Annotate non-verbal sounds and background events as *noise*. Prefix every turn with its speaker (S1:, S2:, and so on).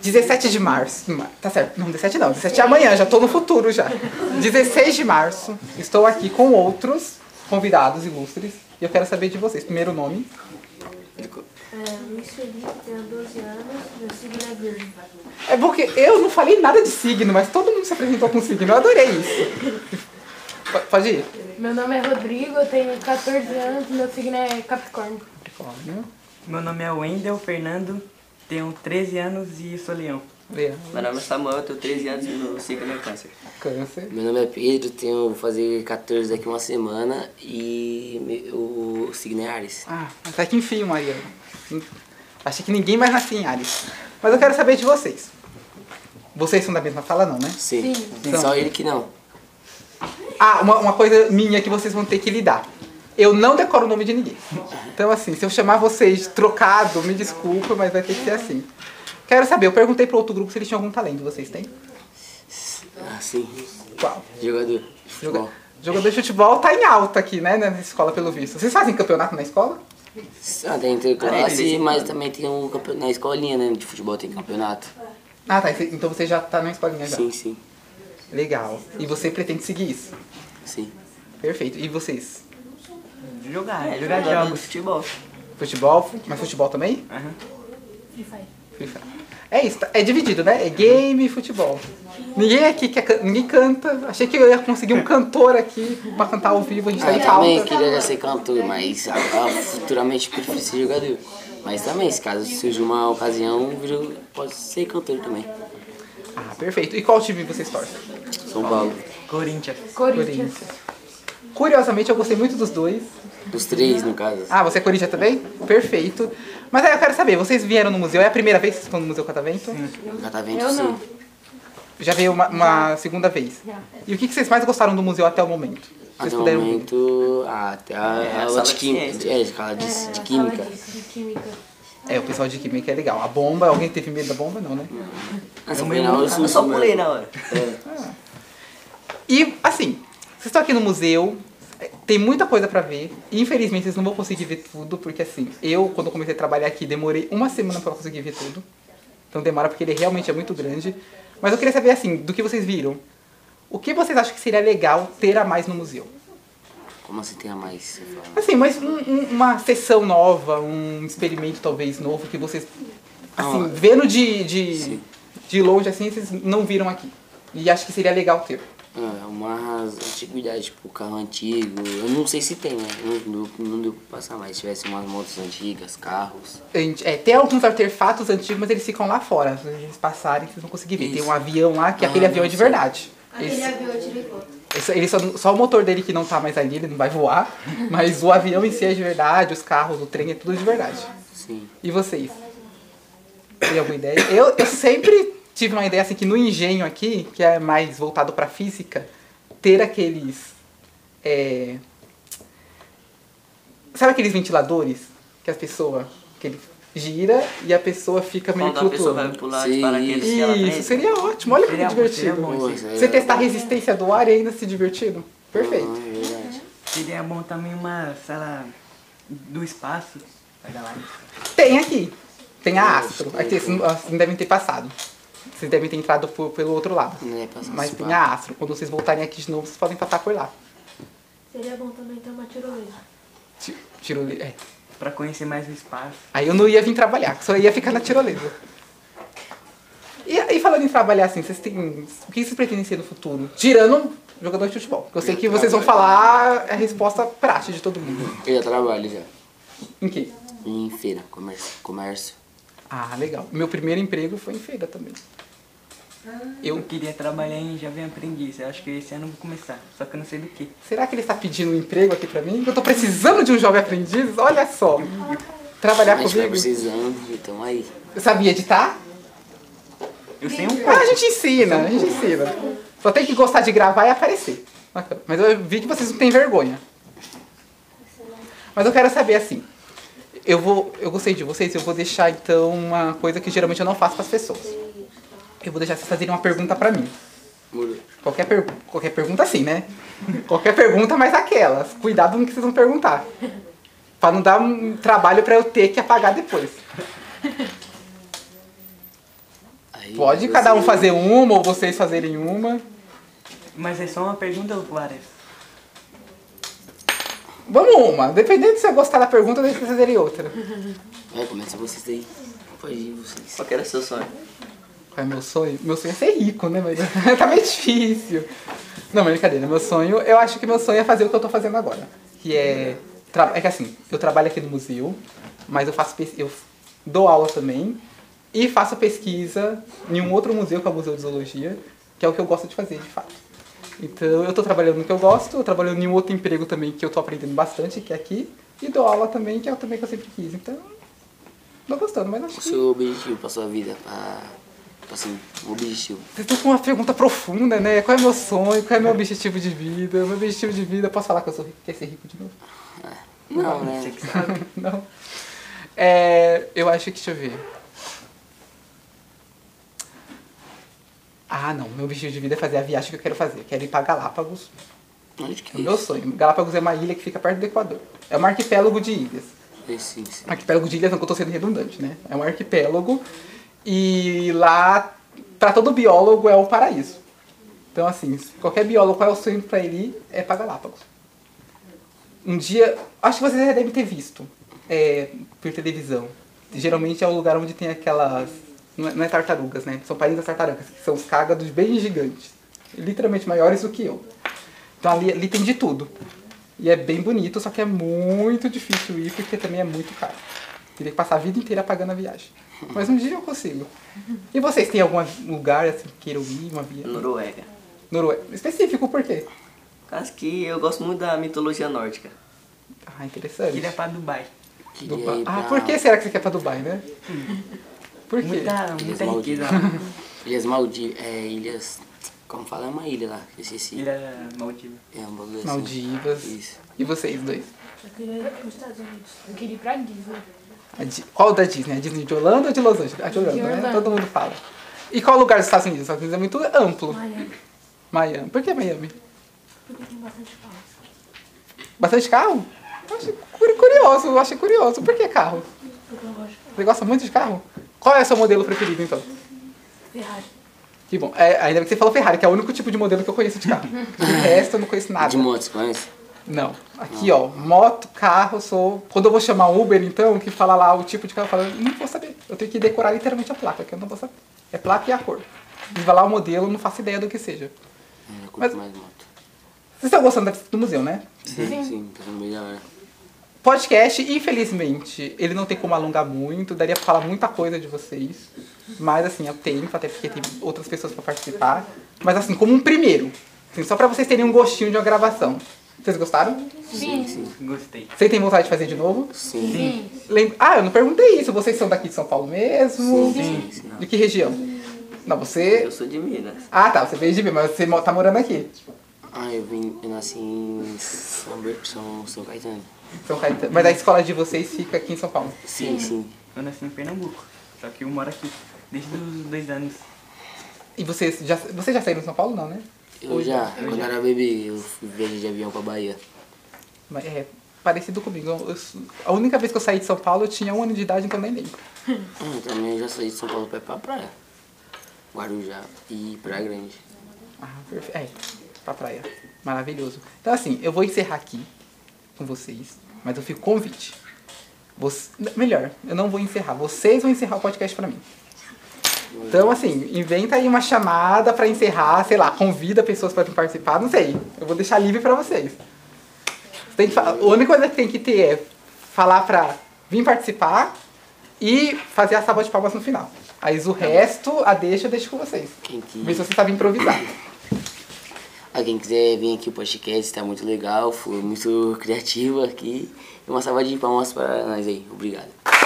S1: 17 de março. Tá certo, não 17 não, 17 é amanhã, já tô no futuro já. 16 de março, estou aqui com outros convidados ilustres e eu quero saber de vocês. Primeiro nome.
S2: Luiz Felipe, É, tenho 12 anos, meu signo é virgem.
S1: É porque eu não falei nada de signo, mas todo mundo se apresentou com signo, eu adorei isso. P- Pode ir.
S2: Meu nome é Rodrigo, eu tenho 14 anos, meu signo é Capricórnio.
S1: Capricórnio,
S3: Meu nome é Wendel Fernando, tenho 13 anos e sou leão.
S1: Leão,
S4: Meu nome é Samuel, eu tenho 13 anos e meu signo é câncer.
S1: Câncer.
S5: Meu nome é Pedro, tenho vou fazer 14 daqui uma semana e me- o signo é Ares.
S1: Ah, até que enfim, Mariana. Achei que ninguém mais nascia em Ares. Mas eu quero saber de vocês. Vocês são da mesma sala não, né?
S5: Sim.
S1: Então-
S5: Só ele que não.
S1: Ah, uma, uma coisa minha que vocês vão ter que lidar. Eu não decoro o nome de ninguém. Então, assim, se eu chamar vocês de trocado, me desculpa, mas vai ter que ser assim. Quero saber, eu perguntei pro outro grupo se eles tinham algum talento. Vocês têm?
S5: Ah, sim.
S1: Qual?
S5: Jogador. de
S1: Joga-
S5: Futebol.
S1: Jogador de futebol tá em alta aqui, né? Na escola, pelo visto. Vocês fazem campeonato na escola?
S5: Ah, tem interclasse,
S4: Ah, é,
S5: mas também tem um campe- na escolinha, né? De futebol tem campeonato.
S1: Ah, tá. Então você já tá na escolinha já.
S5: Sim, sim.
S1: Legal. E você pretende seguir isso?
S5: Sim.
S1: Perfeito. E vocês?
S3: Jogar,
S4: É,
S3: jogar
S4: jogador de
S3: jogos.
S4: futebol.
S1: Futebol? Mas futebol também?
S3: Aham.
S1: Free Fire. É isso, tá- é dividido, né? É game e futebol. Ninguém aqui quer, can- ninguém canta. Achei que eu ia conseguir um cantor aqui pra cantar ao vivo, a gente tá
S5: Ah, Eu
S1: em
S5: também
S1: falta.
S5: queria ser cantor, mas a- a- futuramente prefiro ser jogador. Mas também, se caso surja uma ocasião, eu posso ser cantor também.
S1: Ah, perfeito. E qual time vocês torcem?
S5: São Paulo.
S3: Corinthians.
S2: Corinthians.
S1: Corinthians. Curiosamente, eu gostei muito dos dois.
S5: Dos três, no caso. assim.
S1: Ah, você é Corinthians também? Perfeito. Mas aí eu quero saber, vocês vieram no museu? É a primeira vez que vocês estão no Museu Catavento?
S5: Catavento,
S2: Eu não.
S5: tá sim. Ah,
S1: Já veio uma, uma segunda vez.
S2: Já.
S1: E o que que vocês mais gostaram do museu até o momento? Se Vocês
S5: Até o
S1: puderam ver.
S5: momento, ah, até a,
S4: É, a
S5: a aula
S4: sala
S5: de
S4: de
S5: química.
S4: ciência.
S5: É, de,
S2: É,
S5: aula de, de
S2: fala
S5: química.
S2: disso, de química.
S1: É, o pessoal de química é legal. A bomba, alguém teve medo da bomba? Não, né?
S5: Nossa,
S3: Eu
S5: foi
S3: me-
S5: na aula
S4: Eu só
S5: mesmo.
S4: pulei na hora.
S1: E, assim, vocês estão aqui no museu, tem muita coisa pra ver. Infelizmente, vocês não vão conseguir ver tudo, porque, assim, eu, quando comecei a trabalhar aqui, demorei uma semana pra conseguir ver tudo. Então demora, porque ele realmente é muito grande. Mas eu queria saber, assim, do que vocês viram. O que vocês acham que seria legal ter a mais no museu?
S5: Como assim tem a mais? Você fala?
S1: Assim, mas um- um- uma sessão nova, um experimento talvez novo, que vocês, assim,
S5: Ah,
S1: vendo de, de,
S5: sim.
S1: de longe, assim, vocês não viram aqui. E acho que seria legal ter.
S5: Ah, uma antiguidade, tipo carro antigo. Eu não sei se tem, né? Eu Não, não, não deu pra passar, mas se tivesse umas motos antigas, carros.
S1: A gente- É, tem alguns artefatos antigos, mas eles ficam lá fora. Se eles passarem, vocês vão conseguir ver. Tem
S5: Isso.
S1: um avião lá, que
S5: Ah,
S1: aquele avião é de
S5: sim.
S1: verdade. Esse-
S2: Aquele avião eu tirei foto.
S1: esse- ele só, só o motor dele que não tá mais ali, ele não vai voar. Mas o avião em si é de verdade, os carros, o trem é tudo de verdade.
S5: Sim.
S1: E vocês? Tem alguma ideia? Eu, eu sempre tive uma ideia assim que no engenho aqui, que é mais voltado pra física, ter aqueles. é, Sabe aqueles ventiladores que as pessoas. que ele gira e a pessoa fica meio
S4: Quando a
S1: que
S4: pessoa
S1: flutuando.
S4: vai pular de
S5: Sim.
S4: paraquedas que ela
S1: Isso,
S4: prende.
S1: seria ótimo, olha que
S3: Seria- seria
S1: divertido.
S3: bom.
S5: Pô, isso aí
S1: assim? Você
S5: é-
S1: testar a resistência do ar e ainda se divertindo?
S5: Ah,
S1: Perfeito.
S5: é verdade.
S3: Seria bom também uma sala do espaço. Vai dar lá.
S1: Tem aqui. Tem a Astro.
S5: Nossa,
S1: Aqui, vocês não vocês não devem ter passado. Vocês devem ter entrado por- pelo outro lado.
S5: Não é passar
S1: Mas
S5: esse
S1: tem
S5: papo.
S1: a Astro. Quando vocês voltarem aqui de novo, vocês podem passar por lá.
S2: Seria bom também ter uma tirolesa.
S1: Ti- Tirole... é.
S3: Pra conhecer mais o espaço.
S1: Aí eu não ia vir trabalhar, só ia ficar na tirolesa. E, e falando em trabalhar assim, vocês têm. O que vocês pretendem ser no futuro? Tirando jogador de futebol. porque Eu sei que vocês vão falar a resposta prática de todo mundo.
S5: Eu já trabalho já.
S1: Em quê?
S5: Em feira, comércio. comércio.
S1: Ah, legal. Meu primeiro emprego foi em feira também.
S3: Eu queria trabalhar em Jovem Aprendiz. Eu acho que esse ano eu vou começar. Só que eu não sei do que.
S1: Será que ele está pedindo um emprego aqui pra mim? Eu tô precisando de um jovem aprendiz? Olha só. Trabalhar
S5: a gente vai
S1: comigo?
S5: tá precisando, então aí.
S1: Eu sabia editar?
S3: Eu sei um
S1: Ah, a
S3: pouco.
S1: gente ensina, a gente ensina. Só tem que gostar de gravar e aparecer. Bacana. Mas eu vi que vocês não têm vergonha. Mas eu quero saber assim. Eu vou, eu gostei de vocês, eu vou deixar então uma coisa que geralmente eu não faço para as pessoas. Eu vou deixar vocês fazerem uma pergunta para mim.
S5: Muro.
S1: Qualquer, per- qualquer pergunta sim, né? *laughs* Qualquer pergunta, mas aquelas. Cuidado no que vocês vão perguntar. Pra não dar um trabalho pra eu ter que apagar depois.
S5: Aí
S1: Pode
S5: você-
S1: cada um fazer uma ou vocês fazerem uma.
S3: Mas é só uma pergunta ou várias?
S1: Vamos uma. Dependendo de se eu gostar da pergunta, deixa vocês fazerem outra.
S5: Vai, começa vocês daí. Pode ir vocês.
S4: Qual que era o seu sonho?
S1: Qual é meu sonho? Meu sonho é ser rico, né? Mas *laughs* tá meio difícil. Não, mas brincadeira. Meu sonho, eu acho que meu sonho é fazer o que eu tô fazendo agora. Que é. tra- É que assim, eu trabalho aqui no museu, mas eu faço pes- eu dou aula também e faço pesquisa em um outro museu, que é o Museu de Zoologia, que é o que eu gosto de fazer, de fato. Então eu tô trabalhando no que eu gosto, eu trabalho em um outro emprego também que eu tô aprendendo bastante, que é aqui, e dou aula também, que é o também que eu sempre quis. Então, tô gostando, mas acho
S5: O
S1: que.
S5: seu objetivo pra sua vida, pra... Tipo assim, um objetivo.
S1: Vocês estão com uma pergunta profunda, né? Qual é meu sonho? Qual é meu objetivo de vida? Meu objetivo de vida, posso falar que eu sou rico, quer ser rico de novo?
S5: Não, né?
S1: *laughs* Não. É, eu acho que, deixa eu ver. Ah, não. Meu objetivo de vida é fazer a viagem que eu quero fazer. Eu quero ir pra Galápagos.
S5: Onde que
S1: É
S5: é
S1: o meu
S5: isso?
S1: sonho. Galápagos é uma ilha que fica perto do Equador. É um arquipélago de ilhas.
S5: Esse, esse.
S1: Arquipélago de ilhas, não que eu tô sendo redundante, né? É um arquipélago. E lá, pra todo biólogo, é o paraíso. Então, assim, qualquer biólogo, qual é o sonho pra ele? ir? É pra Galápagos. Um dia, acho que vocês já devem ter visto é, por televisão. Geralmente é o lugar onde tem aquelas. Não é, não é tartarugas, né? São países das tartarugas, que são os cágados bem gigantes. Literalmente maiores do que eu. Então ali, ali tem de tudo. E é bem bonito, só que é muito difícil ir porque também é muito caro. Teria que passar a vida inteira pagando a viagem. Mas um dia eu consigo. E vocês têm algum lugar assim, que queiram ir, uma viagem?
S4: Noruega.
S1: Noruega. é Específico, por quê?
S4: Caso que eu gosto muito da mitologia nórdica.
S1: Ah, interessante.
S3: Queria é pra Dubai.
S5: Queria
S1: Dubai.
S5: ir
S1: Ah,
S5: é pra
S1: por que será que você quer pra Dubai, né? Por
S4: é
S1: quê?
S3: Muita,
S5: Ilhas
S3: muita riqueza lá.
S5: Maldivas. *laughs* Ilhas Maldivas. É, ilhas... Como fala? É uma ilha lá. Esqueci.
S3: Ilha Maldivas.
S5: É um bagulho assim.
S1: Maldivas.
S5: Isso.
S1: E vocês dois?
S2: Eu queria ir pros Estados Unidos. Eu queria ir pra Disney.
S1: A Di- Qual da Disney? A Disney de Holanda ou de Los Angeles? A de Holanda, né?
S2: Orlando.
S1: Todo mundo fala. E qual lugar dos Estados Unidos? Os Estados Unidos é muito amplo.
S2: Miami.
S1: Miami. Por que Miami?
S2: Porque tem bastante carro.
S1: Bastante carro? Eu achei curi- curioso, eu achei curioso. Por que carro?
S2: Porque eu gosto de carro.
S1: Você gosta muito de carro? Qual é o seu modelo preferido, então?
S2: Ferrari.
S1: Que bom. É, ainda bem que você falou Ferrari, que é o único tipo de modelo que eu conheço de carro. O resto eu não conheço nada.
S5: De motos, conhece?
S1: Não. Aqui, ó, moto, carro, sou. Quando eu vou chamar um Uber, então, que fala lá o tipo de carro, eu falo, não vou saber. Eu tenho que decorar literalmente a placa, que eu não vou saber. É placa e a cor. E vai lá o modelo, eu não faço ideia do que seja.
S5: É, eu curto
S1: Mas-
S5: mais moto.
S1: Vocês estão gostando da- do museu, né?
S5: Sim, sim. Tá sendo bem da hora.
S1: Podcast, infelizmente, ele não tem como alongar muito, daria pra falar muita coisa de vocês. Mas assim, é o tempo, até porque tem outras pessoas pra participar. Mas assim, como um primeiro. assim, só pra vocês terem um gostinho de uma gravação. Vocês gostaram?
S2: Sim. Sim.
S3: Gostei.
S1: Vocês têm vontade de fazer de novo?
S5: Sim.
S1: Lem- Ah, eu não perguntei isso. Vocês são daqui de São Paulo mesmo?
S5: Sim, sim.
S1: De que região? Não, você.
S4: Eu sou de Minas.
S1: Ah, tá, você veio de mim, mas você mo- tá morando aqui.
S5: Ah, eu vim, eu nasci em São, Ber- São, São Caetano.
S1: São Caetano. Mas a escola de vocês fica aqui em São Paulo.
S5: Sim, sim.
S3: Eu nasci em Pernambuco. Só que eu moro aqui desde os dois anos.
S1: E vocês já, vocês já saíram de São Paulo, não, né?
S5: Eu já, quando era bebê, eu fui viajei de avião pra Bahia.
S1: Mas É parecido comigo. Eu- eu sou- a única vez que eu saí de São Paulo, eu tinha um ano de idade, então eu nem lembro.
S5: Ah, eu também já saí de São Paulo pra ir pra praia. Guarujá e Praia Grande.
S1: Ah, perfeito. É, pra praia. Maravilhoso. Então, assim, eu vou encerrar aqui com vocês, mas eu fico com convite. Você- melhor, eu não vou encerrar. Vocês vão encerrar o podcast pra mim. Então, assim, inventa aí uma chamada pra encerrar, sei lá, convida pessoas pra vir participar, não sei. Eu vou deixar livre pra vocês. Tem que fa- a única coisa que tem que ter é falar pra vir participar e fazer a salva de palmas no final. Aí o resto, a deixa, eu deixo com vocês.
S5: Tá Quem que...
S1: Vê se você sabe improvisar.
S5: Ah, quem quiser vir aqui o podcast, tá muito legal, foi muito criativo aqui. E uma salva de palmas pra nós aí. Obrigado.